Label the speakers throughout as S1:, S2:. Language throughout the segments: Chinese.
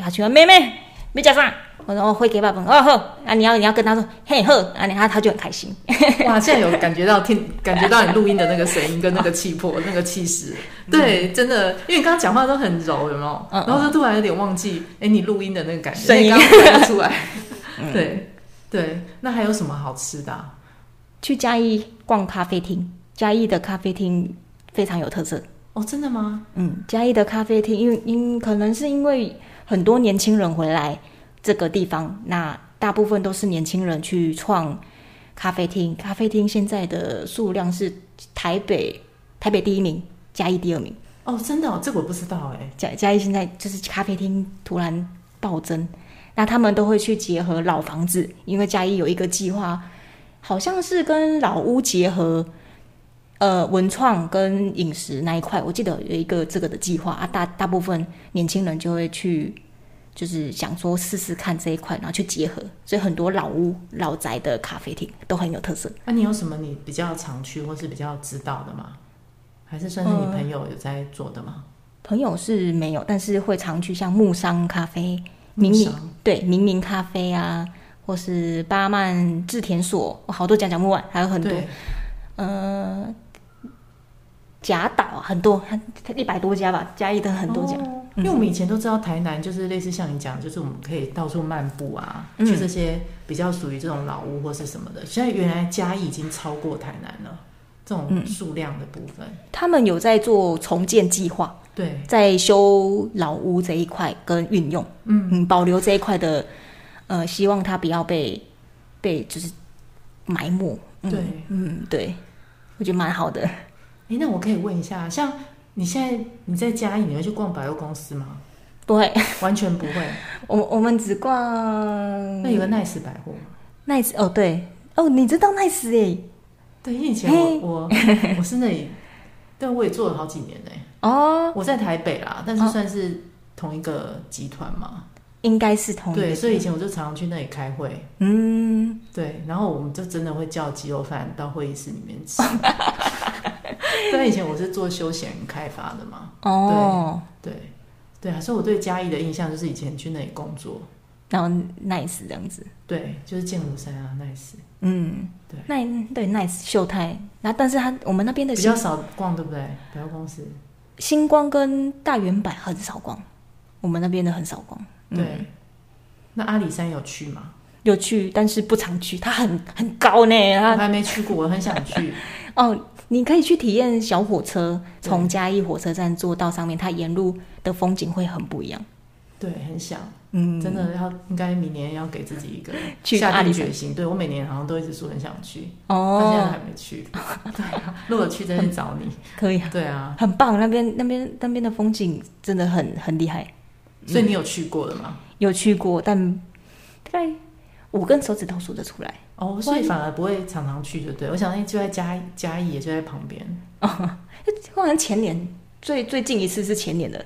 S1: 他去问妹妹，没加上。我说哦，会给爸爸。哦好，啊你要你要跟他说嘿呵，啊你他他就很开心。
S2: 哇，现在有感觉到听，感觉到你录音的那个声音跟那个气魄、那个气势，对，真的，因为你刚刚讲话都很柔，有没有？
S1: 嗯嗯
S2: 然后就突然有点忘记，哎、你录音的嗯那个感觉，
S1: 声音
S2: 因为刚刚录不出 来。对对，那还有什么好吃的啊、
S1: 去嘉义逛咖啡厅，嘉义的咖啡厅非常有特色。
S2: 哦，真的吗？
S1: 嗯，嘉义的咖啡厅，因为因可能是因为很多年轻人回来这个地方，那大部分都是年轻人去创咖啡厅。咖啡厅现在的数量是台北台北第一名，嘉义第二名。
S2: 哦，真的、哦，这个我不知道哎、
S1: 嘉嘉义现在就是咖啡厅突然暴增，那他们都会去结合老房子，因为嘉义有一个计划，好像是跟老屋结合，呃，文创跟饮食那一块，我记得有一个这个的计划啊，大大部分年轻人就会去。就是想说试试看这一块，然后去结合，所以很多老屋、老宅的咖啡厅都很有特色。
S2: 啊那、你有什么你比较常去或是比较知道的吗？还是算是你
S1: 嗯
S2: 朋友有在做的吗？
S1: 朋友是没有，但是会常去像木商咖啡、明
S2: 木
S1: 明
S2: 商
S1: 对明明咖啡啊，或是巴曼制田所，哇好多讲讲木碗，还有很多
S2: 对，
S1: 呃贾岛啊很多，一百多家吧，嘉义的很多嗯家。
S2: 哦因为我们以前都知道台南就是类似像你讲，就是我们可以到处漫步啊，
S1: 嗯
S2: 去这些比较属于这种老屋或是什么的。现在原来嘉义已经超过台南了，这种数量的部分。
S1: 他们有在做重建计划，
S2: 对，
S1: 在修老屋这一块跟运用，
S2: 嗯，
S1: 嗯，保留这一块的，呃，希望它不要被被就是埋没。嗯
S2: 对，
S1: 嗯，对，我觉得蛮好的。
S2: 哎，那我可以问一下，像你现在你在嘉义，你会去逛百货公司吗？
S1: 不会，
S2: 完全不会。
S1: 我我们只逛
S2: 那有个 Nice 百货吗？
S1: nice 哦，对哦，你知道 nice 哎、
S2: 对，因为以前我我我是那里，对，我也做了好几年呢、
S1: 哦，
S2: 我在台北啦，但是
S1: 哦
S2: 算是同一个集团嘛。
S1: 应该哦是同一个
S2: 对，所以以前我就常常去那里开会。
S1: 嗯，
S2: 对，然后我们就真的会叫鸡肉饭到会议室里面吃。 对，以前我是做休闲开发的嘛，
S1: 哦，
S2: 对，对啊，所以我对嘉义的印象就是以前去那里工作，
S1: 然后 nice 这样子，
S2: 对，就是剑湖山啊，nice，
S1: 嗯，
S2: 对
S1: 那对 nice 秀泰，然后但是他我们那边的
S2: 比
S1: 星
S2: 较少逛，对不对？百货公司，
S1: 星光跟大圆柏很少逛，我们那边的很少逛，
S2: 对。
S1: 嗯
S2: 那阿里山有去吗？
S1: 有去，但是不常去，它很很高呢，
S2: 我
S1: 它
S2: 还没去过，我很想去。
S1: 哦，你可以去体验小火车，
S2: 对
S1: 从嘉义火车站坐到上面，它沿路的风景会很不一样，
S2: 对，很想，
S1: 嗯，
S2: 真的要应该明年要给自己一个
S1: 去
S2: 下
S1: 阿里
S2: 定
S1: 山
S2: 决心。对我每年好像都一直说很想去，到现在
S1: 哦
S2: 还，没去。对啊，如果去再去找 你。
S1: 可以啊。
S2: 对啊，
S1: 很棒，那边那边那边的风景真的很很厉害，
S2: 所以你有去过了吗？
S1: 有去过，但大概五根手指头数得出来。
S2: 哦，所以反而不会常常去，对不对？我想那就在嘉嘉义，也就在旁边。
S1: 好像前年最最近一次是前年的，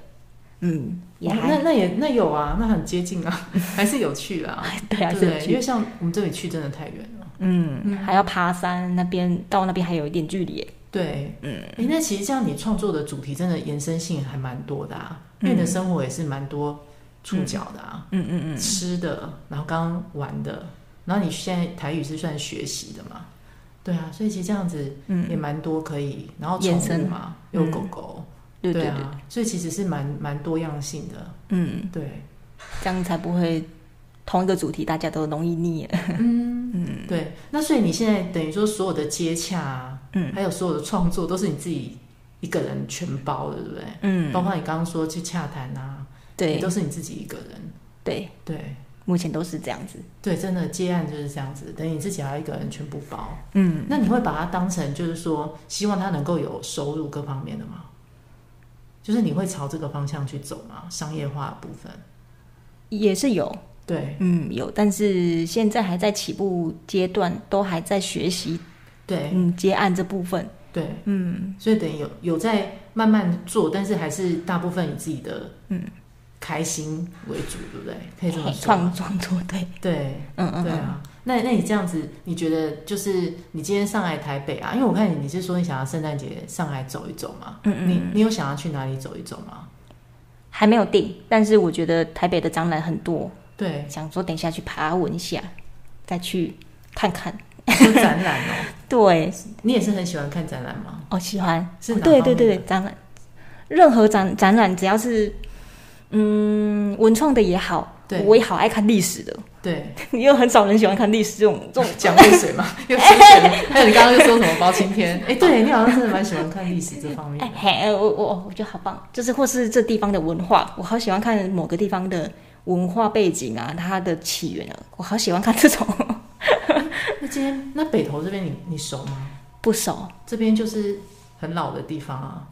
S1: 嗯，也
S2: 哦
S1: 还
S2: 那那也那有啊，那很 接近啊，还是有去啦。
S1: 对啊，是有
S2: 对，因
S1: 去
S2: 为像我们这里去真的太远了。
S1: 嗯，还要爬山，那边到那边还有一点距离耶。
S2: 对，嗯，哎，那其实这样你创作的主题真的延伸性还蛮多的啊，因为你的生活也是蛮多触角的啊，
S1: 嗯嗯
S2: 吃的，然后刚刚玩的，然后你现在台语是算学习的嘛？对啊，所以其实这样子
S1: 嗯
S2: 也蛮多可以，然后宠
S1: 延
S2: 物
S1: 伸
S2: 嘛，有
S1: 嗯
S2: 狗狗，
S1: 对对对，
S2: 啊，所以其实是蛮蛮多样性的，
S1: 嗯，
S2: 对，
S1: 这样才不会同一个主题大家都容易腻了。
S2: 嗯，对。那所以你现在等于说所有的接洽啊，
S1: 嗯
S2: 还有所有的创作都是你自己一个人全包的，对不对？
S1: 嗯，
S2: 包括你刚刚说去洽谈啊，也
S1: 对
S2: 都是你自己一个人，
S1: 对，
S2: 对
S1: 目前都是这样子。
S2: 对，真的接案就是这样子，等于你自己要一个人全部包。
S1: 嗯，
S2: 那你会把它当成就是说，希望它能够有收入各方面的吗？就是你会朝这个方向去走吗？商业化的部分，
S1: 也是有，
S2: 对
S1: 嗯，有，但是现在还在起步阶段，都还在学习，
S2: 对
S1: 嗯，接案这部分，
S2: 对，
S1: 嗯，
S2: 所以等于有有在慢慢做，但是还是大部分以自己的嗯开心为主，对不对？可以这么
S1: 嘿
S2: 说
S1: 创
S2: 吗。
S1: 创作对，
S2: 对，
S1: 嗯嗯
S2: 对
S1: 嗯，
S2: 啊。那那你这样子，你觉得就是你今天上来台北啊？因为我看你你是说你想要圣诞节上来走一走嘛？
S1: 嗯嗯
S2: 你你有想要去哪里走一走吗？
S1: 还没有定，但是我觉得台北的展览很多，
S2: 对，
S1: 想说等一下去爬文一下，再去看看。
S2: 说展览哦，
S1: 对，
S2: 你也是很喜欢看展览吗？
S1: 哦，喜欢，
S2: 是
S1: 哦
S2: 哪
S1: 对
S2: 方
S1: 对对
S2: 面
S1: 对，展览，任何展展览只要是嗯文创的也好，
S2: 对
S1: 我也好爱看历史的，
S2: 对，
S1: 因为很少人喜欢看历史这种这种
S2: 蒋渭水 嘛，又出水了。还有你刚刚又说什么包青天？哎，对你好像真的蛮喜欢看历史这方面
S1: 哎
S2: 的。
S1: 嘿，我我我觉得好棒，就是或是这地方的文化，我好喜欢看某个地方的文化背景啊，它的起源啊，我好喜欢看这种
S2: 哎那今天那北投这边你你熟吗？
S1: 不熟
S2: 这边就是很老的地方啊，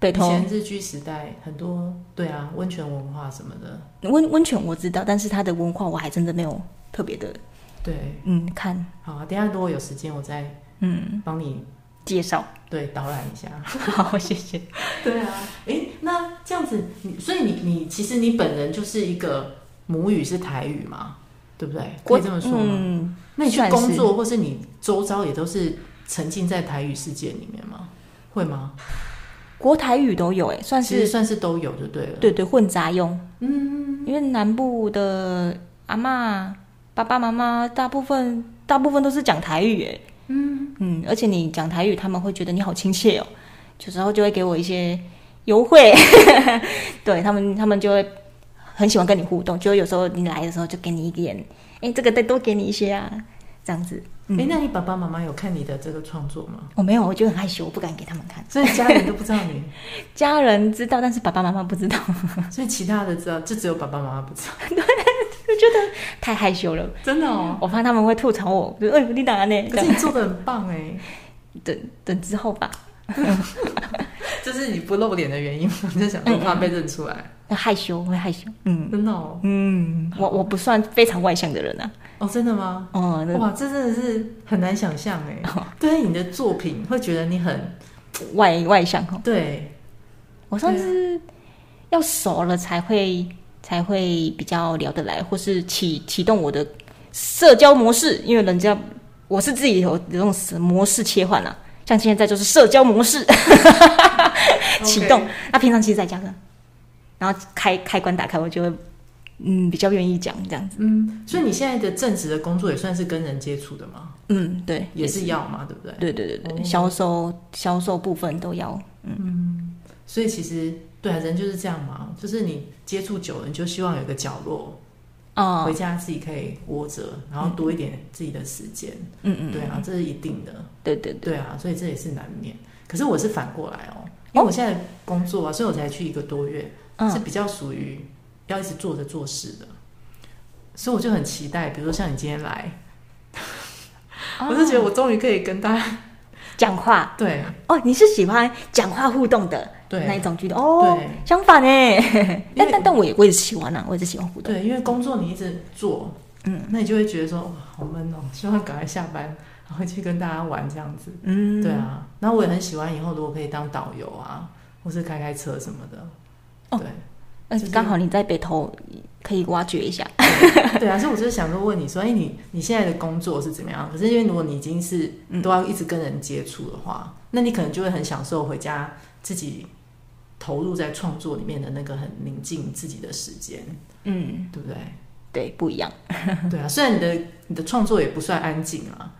S1: 北
S2: 以
S1: 投
S2: 前日据时代很多，对啊，温泉文化什么的，
S1: 温温泉我知道，但是它的文化我还真的没有特别的
S2: 对。
S1: 嗯看
S2: 好啊，等一下如果有时间我再
S1: 嗯
S2: 帮你
S1: 介绍。
S2: 对导览一 下。
S1: 好，谢谢。
S2: 对啊，诶，那这样子，你所以你你其实你本人就是一个母语是台语嘛，对不对？可以这么说吗？
S1: 嗯，
S2: 那你去
S1: 算是
S2: 工作或是你周遭也都是沉浸在台语世界里面吗？会吗？
S1: 国台语都有哎，算
S2: 其实
S1: 是
S2: 算是都有就对了。
S1: 对对混杂用。嗯，因为南部的阿嬷、爸爸妈妈大部分大部分都是讲台语哎。嗯嗯，而且你讲台语，他们会觉得你好亲切哦，有时候就会给我一些优惠， 对他们他们就会很喜欢跟你互动，就有时候你来的时候就给你一点，哎，这个再多给你一些啊，这样子。
S2: 诶，那你爸爸妈妈有看你的这个创作 吗？
S1: 我、没有，我就很害羞，我不敢给他们看。
S2: 所以家人都不知道你，
S1: 家人知道，但是爸爸妈妈不知道。
S2: 所以其他的知道，就只有爸爸妈妈不知道。
S1: 太害羞了，
S2: 真的哦。
S1: 我怕他们会吐槽我，就哎、你打呢？这
S2: 可是
S1: 样
S2: 你做的很棒 诶，
S1: 等等之后吧，
S2: 就是你不露脸的原因，我就想说怕被认出来。
S1: 那害羞会害羞，嗯
S2: 真的哦，
S1: 嗯，我我不算非常外向的人啊，
S2: 哦，真的吗？
S1: 哦，那
S2: 哇，这真的是很难想象哎。
S1: 哦
S2: 对你的作品，会觉得你很
S1: 外外向哦，
S2: 对
S1: 我算是要熟了才会才会比较聊得来，或是启启动我的社交模式，因为人家我是自己有有这种模式切换啊，像现在就是社交模式 启动
S2: OK，
S1: 那平常其实在家的，然后开开关打开，我就会嗯比较愿意讲这样子。
S2: 嗯，所以你现在的正职的工作也算是跟人接触的嘛，
S1: 嗯，对，
S2: 也是要嘛，对不对？
S1: 对对对对，
S2: 哦
S1: 销售销售部分都要。
S2: 所以其实对啊，人就是这样嘛，就是你接触久了，你就希望有个角落，
S1: 哦，
S2: 回家自己可以窝着，然后多一点自己的时间。
S1: 嗯嗯，
S2: 对啊，这是一定的。
S1: 对对对，
S2: 对啊，所以这也是难免。可是我是反过来哦，因为我现在工作啊，所以我才去一个多月，
S1: 嗯
S2: 是比较属于要一直坐着做事的，所以我就很期待，比如说像你今天来， 我就觉得
S1: 哦
S2: 我终于可以跟大家、
S1: 讲话
S2: 对
S1: 哦，你是喜欢讲话互动的那一
S2: 对
S1: 种居多哦
S2: 对，
S1: 相反哎，
S2: 因
S1: 但
S2: 为
S1: 但但我也我也是喜欢啊，我也是喜欢互动。
S2: 对，因为工作你一直做，
S1: 嗯，
S2: 那你就会觉得说哇好闷哦， 希望赶快下班，然后去跟大家玩这样子。
S1: 嗯，
S2: 对啊，然后我也很喜欢以后如果可以当导游啊，或是开开车什么的。
S1: 哦
S2: 对。
S1: 但
S2: 就是是
S1: 刚好你在北投可以挖掘一下。
S2: 对啊，所以我就是想说问你说，哎、你你现在的工作是怎么样？可是因为如果你已经是都要一直跟人接触的话，那你可能就会很享受回家自己投入在创作里面的那个很宁静自己的时间，
S1: 嗯，
S2: 对不对？
S1: 对，不一样。
S2: 对啊，虽然你的你的创作也不算安静啊，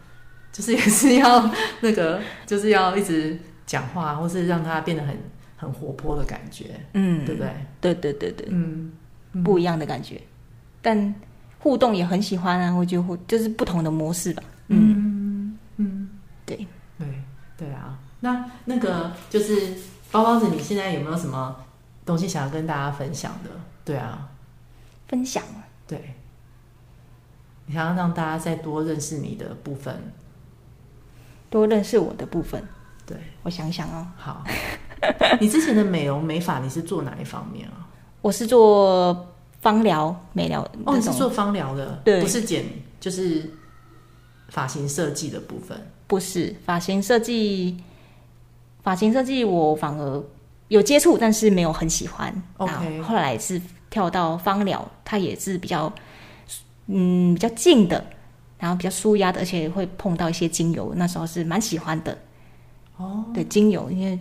S2: 就是也是要那个，就是要一直讲话，或是让它变得很很活泼的感觉，
S1: 嗯，
S2: 对不对？
S1: 对对对对，
S2: 嗯，
S1: 不一样的感觉，但互动也很喜欢啊，我觉得互就是不同的模式吧。嗯，
S2: 嗯
S1: 对，
S2: 对对啊，那那个就是包包子，你现在有没有什么东西想要跟大家分享的？对啊，
S1: 分享
S2: 对，你想要让大家再多认识你的部分，
S1: 多认识我的部分，
S2: 对，
S1: 我想想哦，
S2: 好。你之前的美容美发你是做哪一方面啊？
S1: 我是做芳疗、美疗
S2: 哦，
S1: 那
S2: 你是
S1: 种，
S2: 做芳疗的，
S1: 对
S2: 不是剪，就是发型设计的部分。
S1: 不是发型设计。发型设计我反而有接触，但是没有很喜欢。
S2: OK
S1: 然后后来是跳到芳疗，它也是比较嗯比较静的，然后比较舒压的，而且会碰到一些精油，那时候是蛮喜欢的。
S2: 哦，
S1: 对精油，因为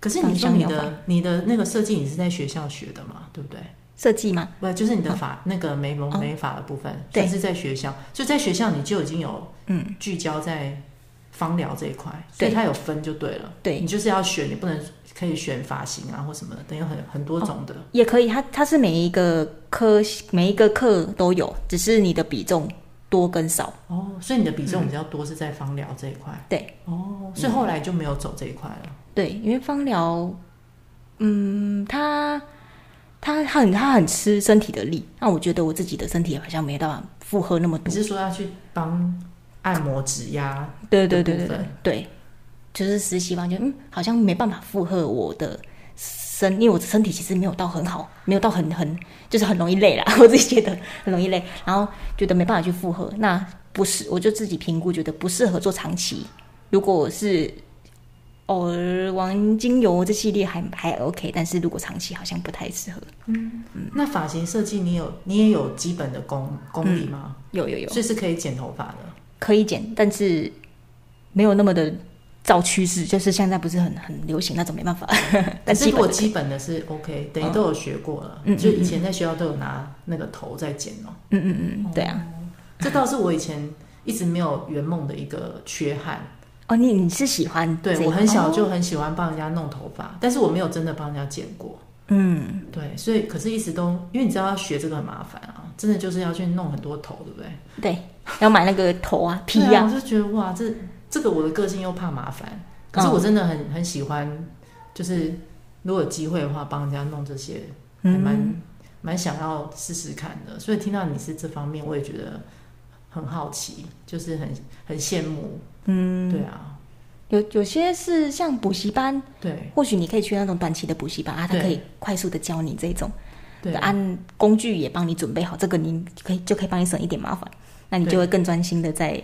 S2: 可是
S1: 芳
S2: 你说
S1: 香
S2: 你
S1: 疗法
S2: 的你的那个设计你是在学校学的嘛，对不对？
S1: 设计嘛，
S2: 不，就是你的法、那个美容美发的部分，
S1: 哦对
S2: 算是在学校，就在学校你就已经有
S1: 嗯，
S2: 聚焦在芳疗这一块，所以
S1: 对
S2: 它有分就对了。
S1: 对
S2: 你就是要选，你不能可以选发型啊或什么的，等于有很很
S1: 哦
S2: 多种的。
S1: 也可以。它它是每一个科每一个课都有，只是你的比重多跟少。
S2: 哦，所以你的比
S1: 嗯
S2: 重比较多是在芳疗这一块。
S1: 对。
S2: 哦，所以后来就没有走这一块了。
S1: 对，因为芳疗，嗯，它它它很它很吃身体的力。那我觉得我自己的身体好像没办法负荷那么
S2: 你
S1: 多。
S2: 是说要去帮按摩指压？
S1: 对对对对
S2: 的部分
S1: 对对，就是实习方就嗯，好像没办法负荷我的身，因为我的身体其实没有到很好，没有到很很就是很容易累啦， 我自己觉得很容易累，然后觉得没办法去负荷，那不是我就自己评估觉得不适合做长期。如果是偶尔玩精油这系列还还 OK，但是如果长期好像不太适合。嗯
S2: 那发型设计你有你也有基本的功功力吗？
S1: 有嗯有有，
S2: 所以是可以剪头发的。
S1: 可以剪，但是没有那么的照趋势，就是现在不是很很流行那种，没办法。 但
S2: 但是
S1: 基
S2: 如果
S1: 本
S2: 基本的是 OK，等于
S1: 嗯
S2: 都有学过了，
S1: 嗯嗯
S2: 就以前在学校都有拿那个头在剪哦。
S1: 嗯嗯嗯，对啊。
S2: 这倒是我以前一直没有圆梦的一个缺憾。
S1: 哦，你你是喜欢
S2: 对
S1: 这一
S2: 我很小
S1: 哦
S2: 就很喜欢帮人家弄头发，但是我没有真的帮人家剪过。
S1: 嗯，
S2: 对，所以可是一直都，因为你知道要学这个很麻烦啊，真的就是要去弄很多头，对不对？
S1: 对，要买那个头啊皮
S2: 对
S1: 呀、
S2: 啊，我就觉得哇，这这个我的个性又怕麻烦，可是我
S1: 嗯
S2: 真的很很喜欢，就是如果有机会的话，帮人家弄这些，还
S1: 嗯
S2: 蛮、蛮想要试试看的。所以听到你是这方面，我也觉得很好奇，就是很很羡慕。嗯，对啊，
S1: 有有些是像补习班，
S2: 对
S1: 或许你可以去那种短期的补习班啊，它
S2: 对
S1: 可以快速的教你这种，
S2: 对
S1: 按工具也帮你准备好，这个你可以就可以帮你省一点麻烦，那你就会更专心的在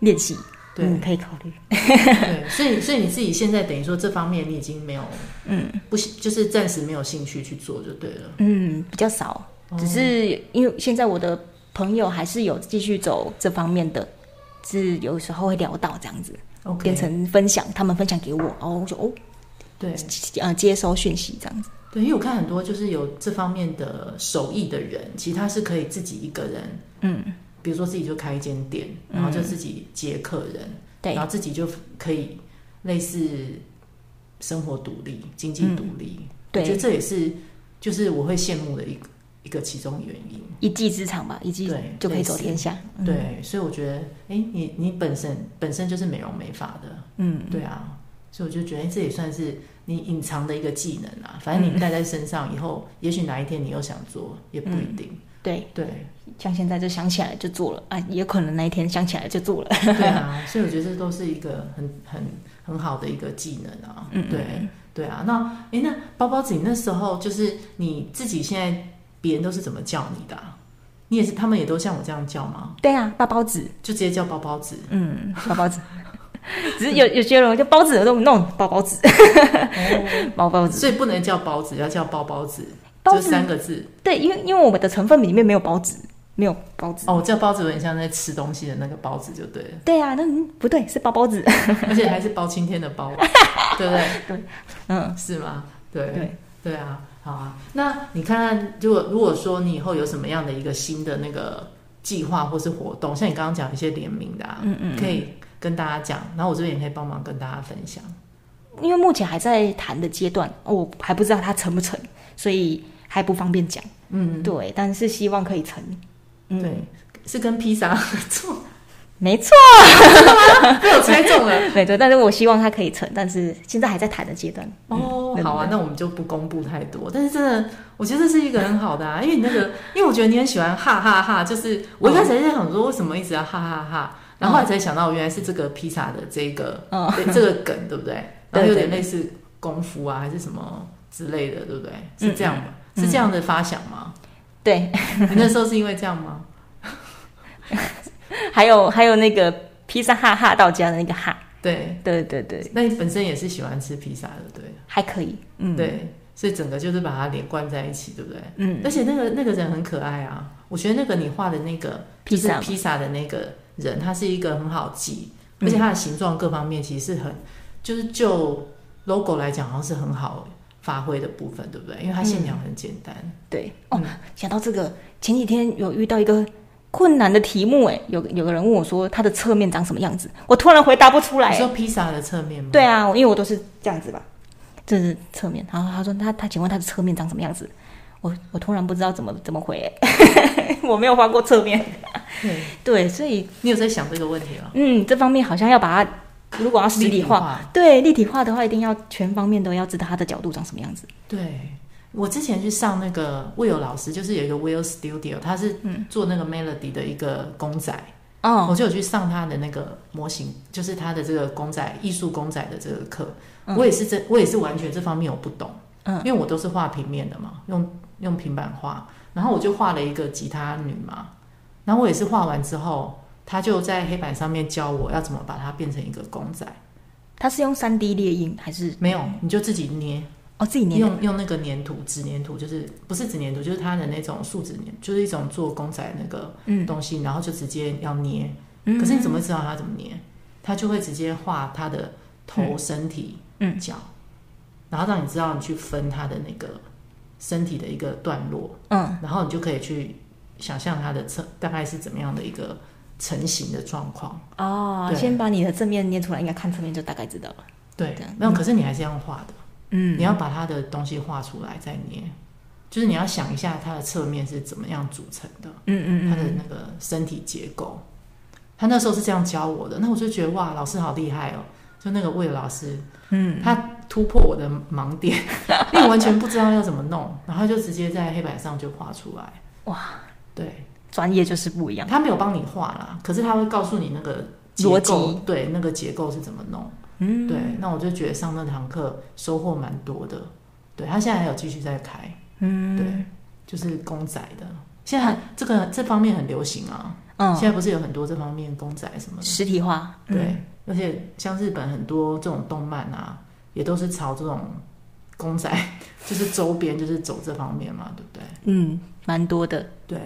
S1: 练习。
S2: 对
S1: 嗯，可以考虑。
S2: 对，所以所以你自己现在等于说这方面你已经没有，嗯，不行，就是暂时没有兴趣去做就对了。
S1: 嗯，比较少，
S2: 哦
S1: 只是因为现在我的朋友还是有继续走这方面的，是有时候会聊到这样子，
S2: OK，
S1: 变成分享，他们分享给我，然后我就哦，
S2: 对
S1: 呃接收讯息这样子。
S2: 对，因为我看很多就是有这方面的手艺的人，其实他是可以自己一个人，
S1: 嗯，
S2: 比如说自己就开一间店，然后就自己接客人，
S1: 对
S2: 然，后自己就可以类似生活独立、经济独立。
S1: 嗯对
S2: 我觉得这也是就是我会羡慕的一个一个其中原因。
S1: 一技之长吧，一技
S2: 对
S1: 就可以走
S2: 类似
S1: 天下。嗯，
S2: 对，所以我觉得，哎，你你本身本身就是美容美发的，
S1: 嗯，
S2: 对啊，所以我就觉得诶这也算是你隐藏的一个技能啊。反
S1: 嗯
S2: 正你带在身上以后，也许哪一天你又想做，也不一定。
S1: 对，
S2: 对
S1: 像现在就想起来就做了啊，也可能那一天想起来就做了。
S2: 对啊，所以我觉得这都是一个很很很好的一个技能啊。
S1: 嗯嗯
S2: 对对啊，那哎，诶那包包子，你那时候就是你自己现在别人都是怎么叫你的、啊？你也是，他们也都像我这样叫吗？
S1: 对啊，包包子，
S2: 就直接叫包包 子。
S1: 嗯，包 包子。只是有有些人就包子都弄包包子， 包包子。
S2: 所以不能叫包子，要叫包包子，
S1: 哦包
S2: 就
S1: 子
S2: 三个字。
S1: 对，因为因为我们的成分里面没有包子，没有包子。
S2: 哦，叫包子有点像在吃东西的那个包子就对 了，
S1: 对啊，那嗯不对，是包包子。
S2: 而且还是包青天的包，对不对？
S1: 嗯，
S2: 是吗？对
S1: 对
S2: 对啊，好啊。那你看看，如果如果说你以后有什么样的一个新的那个计划或是活动，像你刚刚讲一些联名的、啊，嗯嗯，可以跟大家讲，然后我这边也可以帮忙跟大家分享。
S1: 因为目前还在谈的阶段，哦我还不知道它成不成，所以还不方便讲。
S2: 嗯，
S1: 对，但是希望可以成。嗯
S2: 对，，是跟披萨合作，
S1: 没错。
S2: 被我猜中啊了。
S1: 对对，但是我希望它可以成，但是现在还在谈的阶段。
S2: 哦
S1: 对，不
S2: 好啊，那我们就不公布太多。但是真的，我觉得这是一个很好的啊，因 为你那个，因为我觉得你很喜欢哈哈哈就是我一开始在想说为什么一直要哈哈哈，然后后来才想到原来是这个披萨的这个、
S1: 嗯
S2: 对 这个梗，对不对？然
S1: 对
S2: 后有
S1: 对
S2: 点类似功夫啊，还是什么之类的，对不对？
S1: 嗯
S2: 是这样吗？是这样的发想 吗？
S1: 对，
S2: 你那时候是因为这样吗？
S1: 还有还有那个披萨哈哈到家的那个哈，
S2: 对，
S1: 对对对，
S2: 那你本身也是喜欢吃披萨的，对不对？
S1: 还可以。嗯，
S2: 对，所以整个就是把它连贯在一起，对不对？
S1: 嗯，
S2: 而且那个那个人很可爱啊，我觉得那个你画的那个
S1: 披
S2: 就是
S1: 萨
S2: 披萨的那个
S1: 嗯
S2: 人，他是一个很好记，而且他的形状各方面其实是很，就是就 logo 来讲，好像是很好发挥的部分，对不对？因为它线条很简单。
S1: 对哦，讲到这个，前几天有遇到一个困难的题目，哎，有有个人问我说他的侧面长什么样子，我突然回答不出来哎
S2: 你
S1: 诶。
S2: 说披萨的侧面吗？
S1: 对啊，因为我都是这样子吧，这是侧面。然后他说他他请问他的侧面长什么样子？我我突然不知道怎么怎么回、 诶我没有画过侧面。
S2: 对，
S1: 对，所以
S2: 你有在想这个问题吗？
S1: 嗯，这方面好像要把它，如果要实
S2: 立
S1: 体
S2: 体
S1: 化，对立体化的话，一定要全方面都要知道它的角度长什么样子。
S2: 对，我之前去上那个 Will 老师，就是有一个 Will Studio，他是
S1: 嗯
S2: 做那个 Melody 的一个公仔，
S1: 哦，
S2: 我就有去上他的那个模型，就是他的这个公仔艺术公仔的这个课。我也是这，我也是完全这方面我不懂，
S1: 嗯
S2: 因为我都是画平面的嘛，用用平板画，然后我就画了一个吉他女嘛，然后我也是画完之后，他就在黑板上面教我要怎么把它变成一个公仔，
S1: 它是用三 D 列印还是
S2: 没有你就自己捏，
S1: 哦自己嗯捏的？
S2: 用用那个粘土，纸粘土就是不是纸粘土，就是它的那种树脂粘，就是一种做公仔那个
S1: 嗯
S2: 东西，然后就直接要捏。
S1: 嗯
S2: 可是你怎么知道它怎么捏？它就会直接画它的头、身体、
S1: 嗯
S2: 脚，然后让你知道你去分它的那个身体的一个段落，
S1: 嗯
S2: 然后你就可以去想象它的侧大概是怎么样的一个成型的状况。
S1: 哦，
S2: 对
S1: 先把你的正面捏出来，应该看侧面就大概知道了。
S2: 对
S1: 这样，
S2: 那可是你还是要画的。
S1: 嗯
S2: 你要把它的东西画出来再捏，就是你要想一下它的侧面是怎么样组成的，
S1: 嗯
S2: 它的那个身体结构。他那时候是这样教我的，那我就觉得哇，老师好厉害哦！就那个魏老师，
S1: 嗯
S2: 他突破我的盲点，因为我完全不知道要怎么弄，然后就直接在黑板上就画出来。
S1: 哇，
S2: 对
S1: 专业就是不一样。
S2: 他没有帮你画啦，可是他会告诉你那个结
S1: 逻
S2: 构
S1: 辑，
S2: 对那个结构是怎么弄。
S1: 嗯，
S2: 对，那我就觉得上那堂课收获蛮多的。对他现在还有继续在开，
S1: 嗯
S2: 对，就是公仔的。现在这个这方面很流行啊，
S1: 嗯，
S2: 现在不是有很多这方面公仔什么的，
S1: 实体化，嗯
S2: 对，，而且像日本很多这种动漫啊，也都是朝这种公仔，就是周边，就是走这方面嘛，对不对？
S1: 嗯，蛮多的。
S2: 对，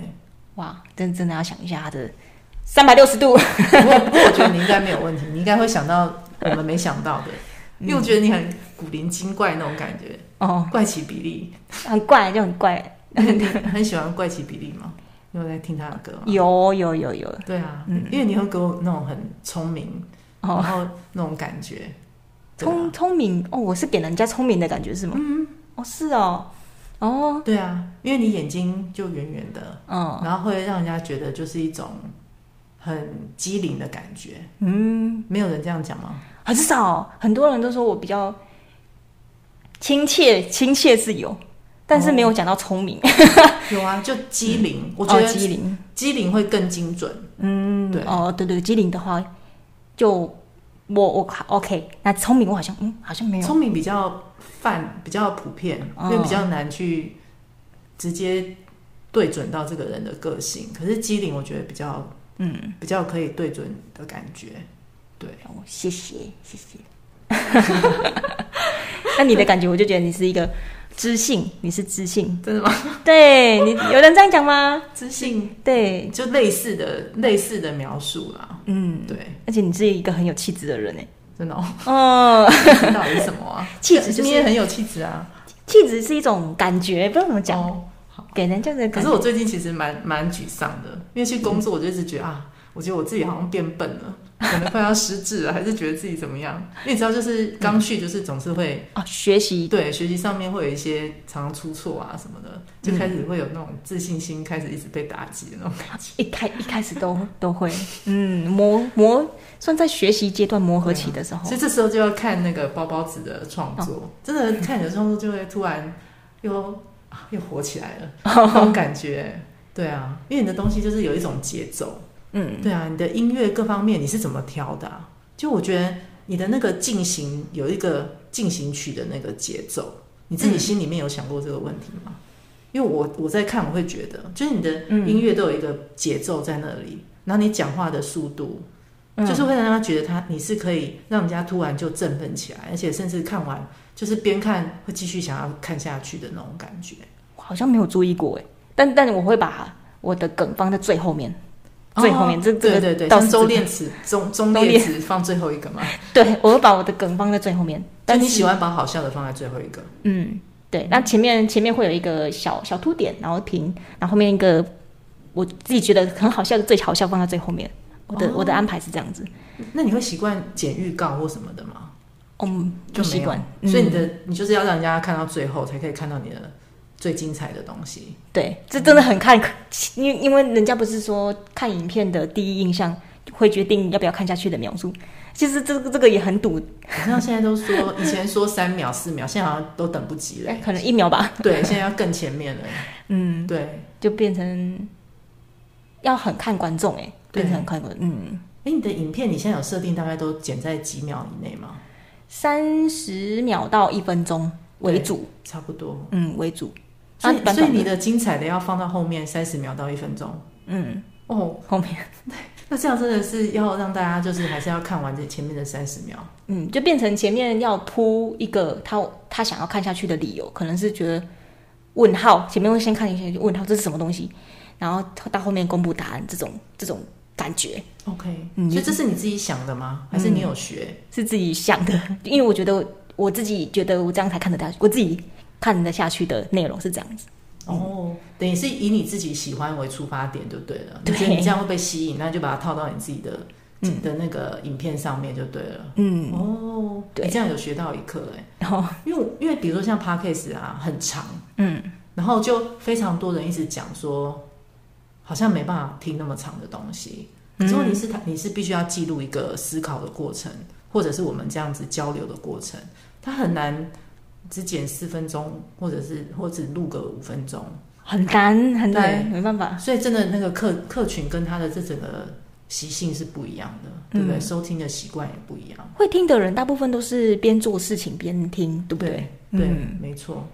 S1: 哇，真真的要想一下它的三百六十度。
S2: 不过不过我觉得你应该没有问题，你应该会想到我们没想到的，嗯因为我觉得你很古灵精怪那种感觉，
S1: 哦，
S2: 怪奇比例，
S1: 很怪就很怪，
S2: 你很喜欢怪奇比例吗？你有在听他的歌吗？
S1: 有有有有，
S2: 对啊，因为你会给我那种很聪明，
S1: 哦
S2: 然后那种感觉，对
S1: 聪
S2: 啊，
S1: 聪明哦，我是给人家聪明的感觉是吗？嗯，哦是哦，哦
S2: 对啊，因为你眼睛就圆圆的，
S1: 嗯
S2: 然后会让人家觉得就是一种很机灵的感觉。
S1: 嗯，
S2: 没有人这样讲吗？
S1: 很少，很多人都说我比较亲切，亲切是有，但是没有讲到聪明，
S2: 有啊，就机灵，我
S1: 哦，
S2: 觉
S1: 机
S2: 得
S1: 灵，
S2: 机灵会更精准。
S1: 嗯，
S2: 对
S1: 哦对对，机灵的话就我我 OK，那聪明我好像嗯好像没有，
S2: 聪明比较泛，比较普遍，因
S1: 哦
S2: 为比较难去直接对准到这个人的个性。可是机灵，我觉得比较
S1: 嗯，
S2: 比较可以对准的感觉。对，
S1: 哦谢谢谢谢。 那你的感觉，我就觉得你是一个知性，你是知性，
S2: 真的吗？
S1: 对你有人这样讲吗？
S2: 自信
S1: 对，
S2: 就类似的类似的描述啦。
S1: 嗯，
S2: 对，
S1: 而且你是一个很有气质的人哎。
S2: 真的、哦，
S1: 哦，
S2: 到底是什么啊？
S1: 气质就是
S2: 你也很有气质啊。
S1: 气质是一种感觉，不知道怎么讲，
S2: 哦，
S1: 给人这样的
S2: 可
S1: 感
S2: 是
S1: 觉。
S2: 我最近其实蛮蛮沮丧的，因为去工作我就一直觉得、啊，我觉得我自己好像变笨 了，可能快要失智了，还是觉得自己怎么样？因为你知道，就是刚去就是总是会。
S1: 哦，学习
S2: 对学习上面会有一些常常出错啊什么的，就
S1: 嗯
S2: 开始会有那种自信心开始一直被打击的那种感觉。
S1: 一开一开始都都会，嗯，磨磨算在学习阶段磨合期的时候
S2: 所，以这时候就要看那个包包子的创作，真的看你的创作就会突然又啊又火起来了，那种感觉。对啊，因为你的东西就是有一种节奏。
S1: 嗯，
S2: 对啊，你的音乐各方面你是怎么挑的、啊？就我觉得你的那个进行有一个进行曲的那个节奏，你自己心里面有想过这个问题
S1: 嗯
S2: 吗？因为我我在看，我会觉得，就是你的音乐都有一个节奏在那里，然后你讲话的速度，
S1: 嗯
S2: 就是会让他觉得他你是可以让人家突然就振奋起来，而且甚至看完就是边看会继续想要看下去的那种感觉。
S1: 我好像没有注意过哎，但但我会把我的梗放在最后面，哦最后面这这个
S2: 对对对，
S1: 倒
S2: 像
S1: 是
S2: 周
S1: 真的
S2: 练词中中
S1: 周
S2: 列词放最后一个嘛，
S1: 对我会把我的梗放在最后面，但
S2: 就你
S1: 是
S2: 喜欢把好笑的放在最后一个，
S1: 嗯，对，那前面前面会有一个小小凸点，然后平，然后后面一个我自己觉得很好笑的最好笑放在最后面。我的、我的安排是这样子，
S2: 那你会习惯剪预告或什么的吗？
S1: 嗯，
S2: 就
S1: 不
S2: 没
S1: 习
S2: 有
S1: 惯，
S2: 所以你
S1: 嗯、
S2: 的你就是要让人家看到最后，才可以看到你的最精彩的东西。
S1: 对，这真的很看，因因为人家不是说看影片的第一印象会决定要不要看下去的描述，其实这个这个也很赌，
S2: 好像现在都说，以前说三秒、四秒，现在好像都等不及了。
S1: 哎可能一秒吧，
S2: 对，现在要更前面了。
S1: 嗯，
S2: 对，
S1: 就变成要很看观众哎、
S2: 对
S1: 变成很看观，嗯，
S2: 哎，你的影片你现在有设定大概都剪在几秒以内吗？
S1: 三十秒到一分钟为
S2: 对
S1: 主，
S2: 差不多。
S1: 嗯，为主。
S2: 所
S1: 啊
S2: 以，
S1: 短
S2: 所以
S1: 短
S2: 你的精彩的要放到后面三十秒到一分钟。
S1: 嗯，
S2: 哦，
S1: 后面，
S2: 那这样真的是要让大家就是还是要看完这前面的三十秒。
S1: 嗯，就变成前面要铺一个他他想要看下去的理由，可能是觉得问号，前面会先看一下问号，这是什么东西，然后到后面公布答案，这种 这种感觉
S2: OK，、
S1: 嗯
S2: 所以这是你自己想的吗？还是你有学？
S1: 是自己想的，因为我觉得我自己觉得我这样才看得下去，我自己看得下去的内容是这样子，
S2: 哦，等于是以你自己喜欢为出发点就对了。
S1: 对
S2: 你觉得你这样会被吸引，那就把它套到你自己的、的那个影片上面就对了。
S1: 嗯，
S2: 哦，
S1: 对
S2: 你这样有学到一课哎、
S1: 然后
S2: 因为我因为比如说像 podcast 啊，很长，
S1: 嗯，
S2: 然后就非常多人一直讲说，好像没办法听那么长的东西。
S1: 嗯
S2: 可是问题是他，你是必须要记录一个思考的过程，或者是我们这样子交流的过程，它很难只剪四分钟，或者是或者录个五分钟。
S1: 很难很难，
S2: 对
S1: 没办法，
S2: 啊所以真的那个客客群跟他的这整个习性是不一样的，对
S1: 嗯
S2: 不对？收听的习惯也不一样，
S1: 会听的人大部分都是边做事情边听，对不对？
S2: 对，
S1: 嗯
S2: 没错，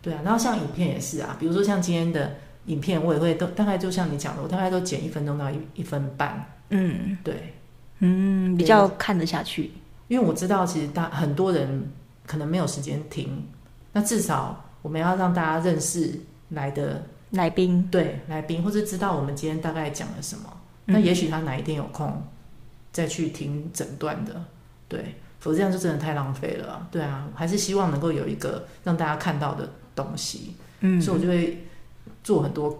S2: 对啊。然后像影片也是啊，比如说像今天的影片，我也会都大概就像你讲的，我大概都剪一分钟到一一分半，
S1: 嗯
S2: 对，
S1: 嗯，比较看得下去，
S2: 因为我知道其实大很多人可能没有时间听，那至少我们要让大家认识来的
S1: 来宾。
S2: 对来宾，或者知道我们今天大概讲了什么。
S1: 嗯
S2: 那也许他哪一天有空再去听诊断的，对，否则这样就真的太浪费了啊。对啊，还是希望能够有一个让大家看到的东西，
S1: 嗯
S2: 所以我就会做很多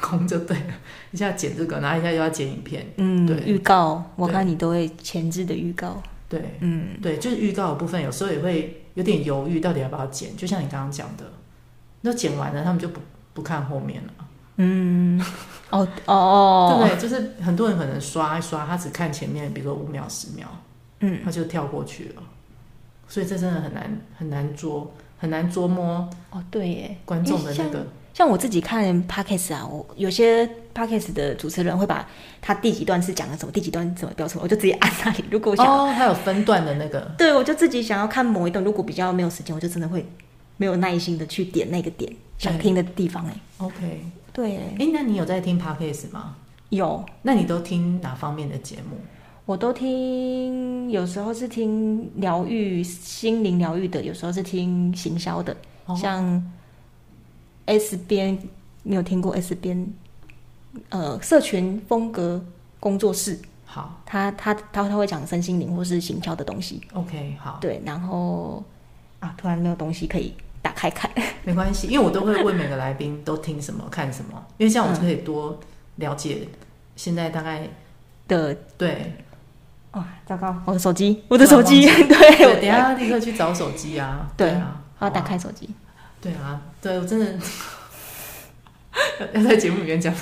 S2: 工就对了，一下剪这个，然后一下又要剪影片，
S1: 嗯，
S2: 对
S1: 预告，我
S2: 对
S1: 看你都会前置的预告，
S2: 对
S1: 嗯
S2: 对，就是预告的部分，有时候也会有点犹豫，到底要不要剪，就像你刚刚讲的，那剪完了他们就不不看后面了。
S1: 嗯，哦哦
S2: 对不
S1: 哦，
S2: 对？就是很多人可能刷一刷，他只看前面，比如说五秒、十秒，
S1: 嗯，
S2: 他就跳过去了。所以这真的很难很难捉很难捉摸
S1: 哦对耶，
S2: 观众的那个，
S1: 像我自己看 podcast 啊，我有些 podcast 的主持人会把他第几段是讲了什么，第几段怎么标什么，我就直接按那里。如果我想，
S2: 哦，还有分段的那个，
S1: 对我就自己想要看某一段，如果比较没有时间，我就真的会没有耐心的去点那个点想听的地方。哎，
S2: OK。
S1: 对耶，
S2: 哎，那你有在听 Podcast 吗？
S1: 有
S2: 那你都听哪方面的节目？
S1: 我都听，有时候是听疗愈、心灵疗愈的，有时候是听行销的，
S2: 哦
S1: 像 S 边，你有听过 S 边？呃，社群风格工作室，
S2: 好
S1: 他他他他会讲身心灵或是行销的东西，
S2: ，OK，好，
S1: 对，然后啊，突然没有东西可以打开看，
S2: 没关系，因为我都会问每个来宾都听什么、看什么，因为这样我就可以多了解现在大概
S1: 的
S2: 对
S1: 哦，糟糕，我的手机，我的手机，
S2: 突
S1: 对，
S2: 对，
S1: 我
S2: 等一下立刻去找手机啊。
S1: 嗯对
S2: 啊，
S1: 我要打
S2: 好啊。
S1: 开手机，
S2: 对啊，对我真的 要在节目里面讲。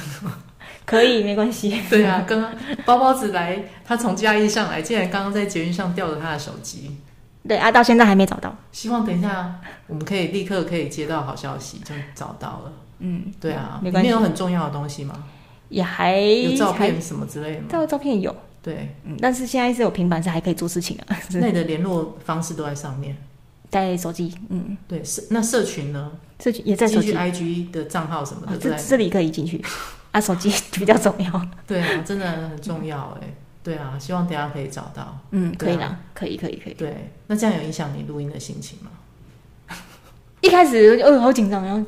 S1: 可以，没关系，
S2: 对啊，刚刚包包子来，他从嘉义上来，竟然刚刚在捷运上掉了他的手机。
S1: 对啊，到现在还没找到，
S2: 希望等一下我们可以立刻可以接到好消息，就找到了。
S1: 嗯，
S2: 对啊，
S1: 没
S2: 里
S1: 关
S2: 面
S1: 系
S2: 有很重要的东西吗？
S1: 也还
S2: 有照
S1: 还
S2: 片什么之类的吗？
S1: 照照片有，
S2: 对，
S1: 嗯，但是现在是有平板，是还可以做事情啊，
S2: 那你的联络方式都在上面。
S1: 在手机，嗯，
S2: 对，社那社群呢？
S1: 这也在手
S2: 进
S1: 机，
S2: 去
S1: 啊，
S2: IG 的账号什么的都
S1: 这
S2: 在
S1: 这里可以进去，啊，手 机比较重要，
S2: 对啊，真的很重要哎、对啊，希望等一下可以找到。
S1: 嗯，可以
S2: 对
S1: 啦，可以，可以，可以。
S2: 对，那这样有影响你录音的心情吗？
S1: 一开始就哦好紧张，然后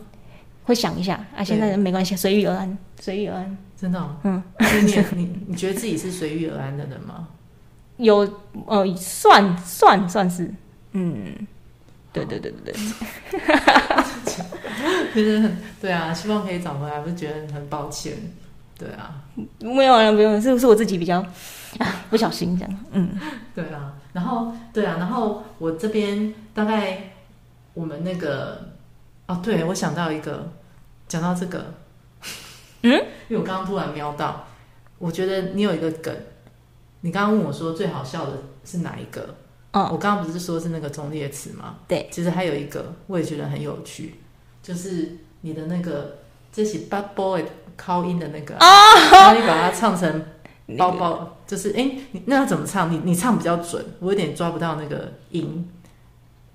S1: 会想一下啊，现在
S2: 对
S1: 没关系，随遇而安，随遇而安。
S2: 真的、哦，
S1: 嗯，
S2: 所以你也你你觉得自己是随遇而安的人吗？
S1: 有呃，算算算是，嗯，对对对对对，
S2: 就是很对啊，希望可以找回来，我就觉得很抱歉。对啊，
S1: 没有啊，没有，是不是我自己比较啊不小心这样？嗯，
S2: 对啊，然后对啊，然后我这边大概我们那个哦，对我想到一个，讲到这个，
S1: 嗯，
S2: 因为我刚刚突然瞄到，我觉得你有一个梗，你刚刚问我说最好笑的是哪一个？
S1: 哦
S2: 我刚刚不是说是那个中列词吗？
S1: 对，
S2: 其实还有一个我也觉得很有趣，就是你的那个这是 Bad Boy call in 的那个啊，
S1: 哦
S2: 然后你把它唱成 包包，就是哎、诶你那要怎么唱？你你唱比较准，我有点抓不到那个音。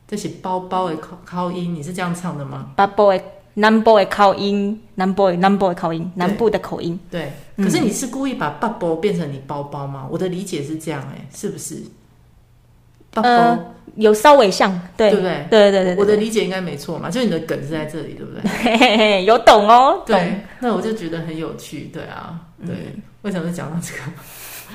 S2: 这是包包的 call call 音，你是这样唱的吗？
S1: 八 boy 南 boy 口音，南 boy 南 boy 口音，南部的口音。
S2: 对，
S1: 嗯
S2: 可是你是故意把 bubble 变成你包包吗？我的理解是这样、哎，是不是？bubble，、
S1: 呃有稍微像，对
S2: 对不对
S1: 对对对
S2: 我的
S1: 对
S2: 理解应该没错嘛，就是你的梗是在这里，对不对？
S1: 嘿嘿嘿，有懂哦，懂。
S2: 对， 那我就觉得很有趣，对啊，
S1: 嗯
S2: 对，为什么是讲到这个？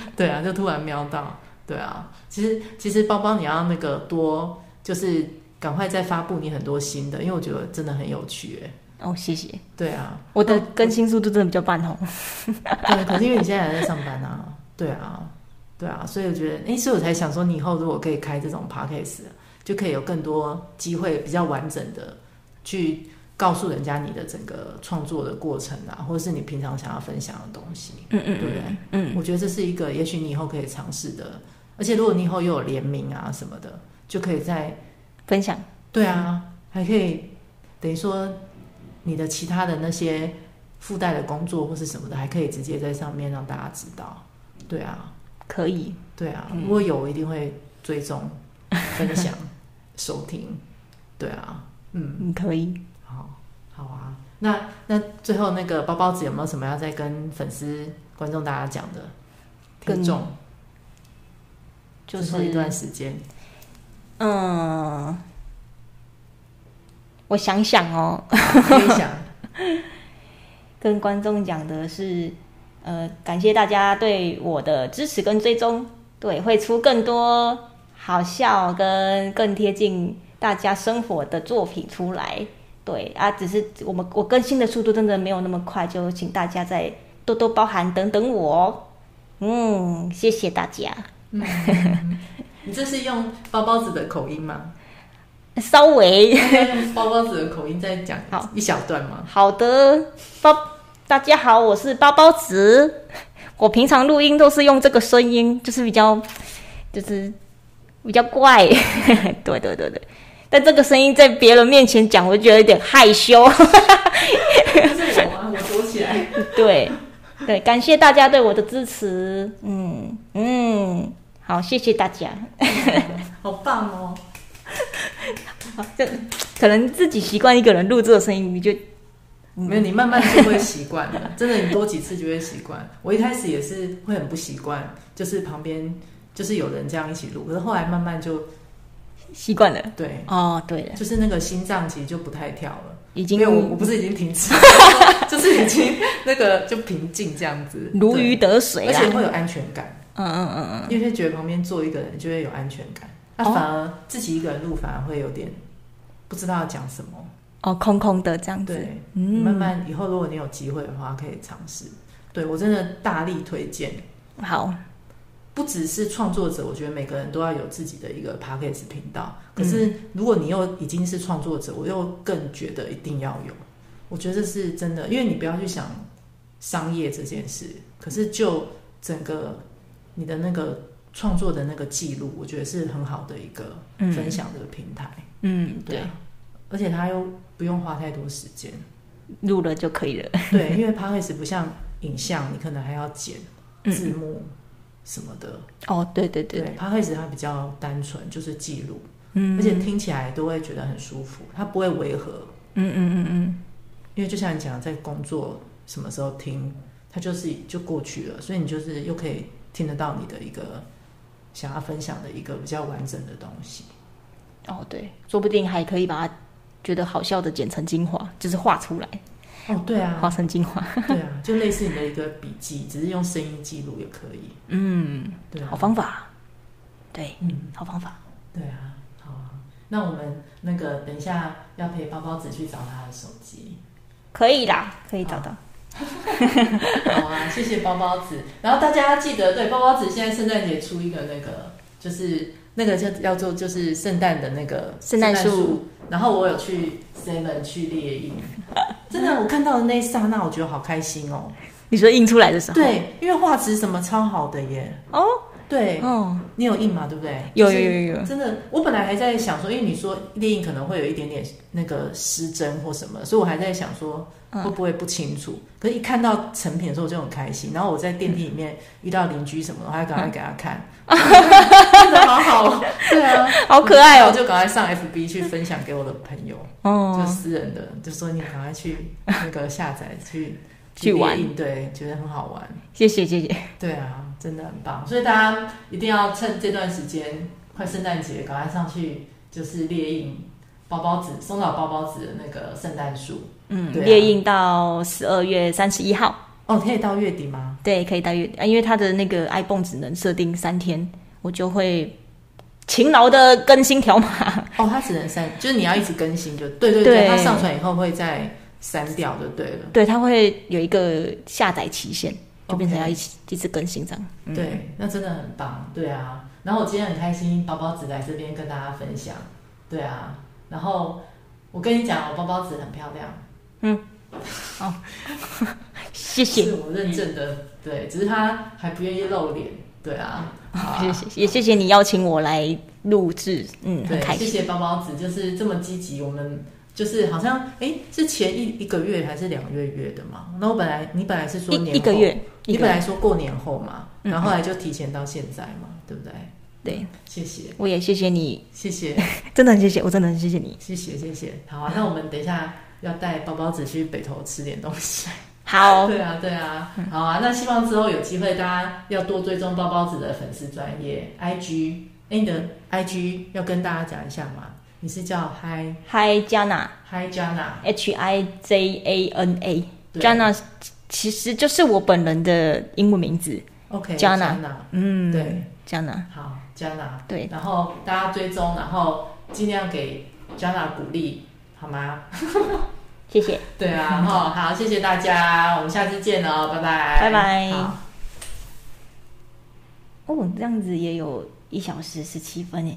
S2: 对啊，就突然瞄到，对啊，其实其实包包你要那个多，就是赶快再发布你很多新的，因为我觉得真的很有趣，哎，
S1: 哦，谢谢。
S2: 对啊，
S1: 我的更新速度真的比较慢哦。
S2: 对，可是因为你现在还在上班啊， 对啊，对啊，所以我觉得，哎，所以我才想说，你以后如果可以开这种 podcast，就可以有更多机会，比较完整的去告诉人家你的整个创作的过程啊，或者是你平常想要分享的东西，
S1: 嗯
S2: 对不
S1: 嗯
S2: 对？
S1: 嗯
S2: 我觉得这是一个，也许你以后可以尝试的。而且如果你以后又有联名啊什么的，就可以在
S1: 嗯，分享。
S2: 对啊，还可以等于说你的其他的那些附带的工作或是什么的，还可以直接在上面让大家知道。对啊，
S1: 可以，
S2: 对啊，
S1: 嗯
S2: 如果有我一定会追踪、分 享、收听。对啊，嗯，
S1: 你可以。
S2: 好，好啊。那那最后那个包包子有没有什么要再跟粉丝、观众大家讲的？听
S1: 跟
S2: 众
S1: 就
S2: 最后一
S1: 是
S2: 段时 间，
S1: 嗯，我想想哦，
S2: 可以想，
S1: 跟观众讲的是，呃，感谢大家对我的支持跟追踪，对，会出更多好笑跟更贴近大家生活的作品出来。对啊，只是我们我更新的速度真的没有那么快，就请大家再多多包涵，等等我哦。嗯，谢谢大家。
S2: 你这是用包包子的口音吗？
S1: 稍微
S2: 用包包子的口音再讲
S1: 好
S2: 一小段吗？
S1: 好的，包大家好，我是包包子。我平常录音都是用这个声音，就是比较，就是比较怪。 对对对对，但这个声音在别人面前讲，我就觉得有点害羞。
S2: 就是我啊，我躲起来。
S1: 对对，感谢大家对我的支持。嗯嗯，好，谢谢大家。
S2: 好棒哦！
S1: 好，这可能自己习惯一个人录这个声音，你就
S2: 没有，你慢慢就会习惯 的。真的，你多几次就会习惯。我一开始也是会很不习惯，就是旁边就是有人这样一起录，可是后来慢慢就
S1: 习惯了。
S2: 对，
S1: 哦，对了，
S2: 就是那个心脏其实就不太跳了。
S1: 已经
S2: 因为我我不是已经 停止了，就是已经那个就平静这样子，
S1: 如鱼
S2: 对
S1: 得水
S2: 而
S1: 啦
S2: 且。会有安全感。
S1: 嗯嗯嗯嗯。
S2: 因为觉得旁边坐一个人就会有安全感，那、
S1: 哦
S2: 反而自己一个人录反而会有点不知道要讲什么。
S1: 哦，空空的这样子，
S2: 对，
S1: 嗯
S2: 慢慢以后如果你有机会的话，可以尝试。对我真的大力推荐，
S1: 好，
S2: 不只是创作者，我觉得每个人都要有自己的一个 podcast 频道。可是如果你又已经是创作者，我又更觉得一定要有。我觉得这是真的，因为你不要去想商业这件事，可是就整个你的那个创作的那个记录，我觉得是很好的一个
S1: 嗯
S2: 分享的平台。
S1: 嗯，对，
S2: 啊，而且它又不用花太多时间。
S1: 录了就可以 了，
S2: 对，因为 podcast 不像影像，你可能还要剪字幕什么的。
S1: 哦，对对对，
S2: 对 p o d c a s 它比较单纯，就是记录，
S1: 嗯，
S2: 而且听起来都会觉得很舒服，它不会违和。
S1: 嗯嗯嗯嗯，
S2: 因为就像你讲，在工作什么时候听，它就是就过去了，所以你就是又可以听得到你的一个想要分享的一个比较完整的东西。
S1: 哦对，说不定还可以把它觉得好笑的剪成精华，就是画出来，
S2: 哦，对 啊
S1: 画，成精华，
S2: 对啊，就类似你的一个笔记，只是用声音记录也可以。
S1: 嗯，
S2: 对啊
S1: 好，方法，对，
S2: 嗯，
S1: 好方法，
S2: 对啊，好啊。那我们那个等一下要陪包包子去找他的手机。
S1: 可以啦，可以找到。
S2: 好啊，谢谢包包子。然后大家记得，对包包子现在圣诞节出一个那个，就是那个叫叫做就是圣诞的那个
S1: 圣诞树。
S2: 然后我有去 Seven 去猎鹰，真的，我看到的那一刹那，我觉得好开心哦。
S1: 你说印出来的时候，
S2: 对，因为画质什么超好的耶。
S1: 哦，
S2: 对，
S1: 哦，
S2: 你有印嘛？对不对？
S1: 有
S2: 就是
S1: 有有有
S2: 真的，我本来还在想说，因为你说猎鹰可能会有一点点那个失真或什么，所以我还在想说
S1: 嗯
S2: 会不会不清楚。可是，一看到成品的时候，我就很开心。然后我在电梯里面遇到邻居什么的，我还赶快给他 看，真的好好哦，对啊，
S1: 好可爱
S2: 我
S1: 哦，
S2: 就赶快上 FB 去分享给我的朋友，就
S1: 哦，
S2: 私人的，就说你赶快去那个下载去
S1: 去玩
S2: 猎鹰对，觉得很好玩。
S1: 谢谢谢谢，
S2: 对啊，真的很棒，所以大家一定要趁这段时间，快圣诞节，赶快上去就是猎鹰包包子松岛包包子的那个圣诞树。
S1: 嗯，
S2: 对啊
S1: 猎印到十二月三十一号，
S2: 哦，可以到月底 吗？
S1: 对，可以到月，啊因为它的那个 iPhone 只能设定三天，我就会勤劳的更新条 码，
S2: 哦，它只能删，就是你要一直更新就对对
S1: 对
S2: 它上传以后会再删掉就对了。
S1: 对，它会有一个下载期限，就变成
S2: OK
S1: 要一起一直更新这样，嗯，
S2: 对，那真的很棒，对啊。然后我今天很开心，包包子来这边跟大家分享，对啊。然后我跟你讲，我哦包包子很漂亮，
S1: 谢谢，
S2: 是我认证的，对，只是他还不愿意露脸，对啊，好啊
S1: 谢谢也谢谢你邀请我来录制，嗯，很
S2: 对，
S1: 开
S2: 谢
S1: 心，
S2: 谢包包子，就是这么积极，我们就是好像哎，是前一一个月还是两个月约的嘛？那我本来你本来是说年
S1: 一
S2: 后
S1: 一个，月，一
S2: 你
S1: 个
S2: 本
S1: 月，
S2: 来说过年后嘛，
S1: 嗯
S2: 然后后来就提前到现在嘛，对不对？
S1: 对，
S2: 谢谢，
S1: 我也谢谢你，
S2: 谢谢，
S1: 真的很谢谢，我真的很谢谢你，
S2: 谢谢，谢谢。好啊，那我们等一下要带包包子去北投吃点东西。
S1: 好，
S2: 对啊，对啊，好啊。那希望之后有机会，大家要多追踪包包子的粉丝专业 IG。哎，你的 IG 要跟大家讲一下吗？你是叫 Hi
S1: 嗨，Jana。
S2: Hi Jana
S1: H I J A N A
S2: 对
S1: Jana 其实就是我本人的英文名字，
S2: OK
S1: Jana 嗯，
S2: 对
S1: ，Jana，
S2: 好 Jana
S1: 对，
S2: 然后大家追踪，然后尽量给 Jana 鼓励，好吗？
S1: 谢谢。
S2: 对啊，哈、好，谢谢大家，我们下次见哦，拜拜，
S1: 拜拜
S2: 好
S1: 哦，这样子也有一小时十七分诶，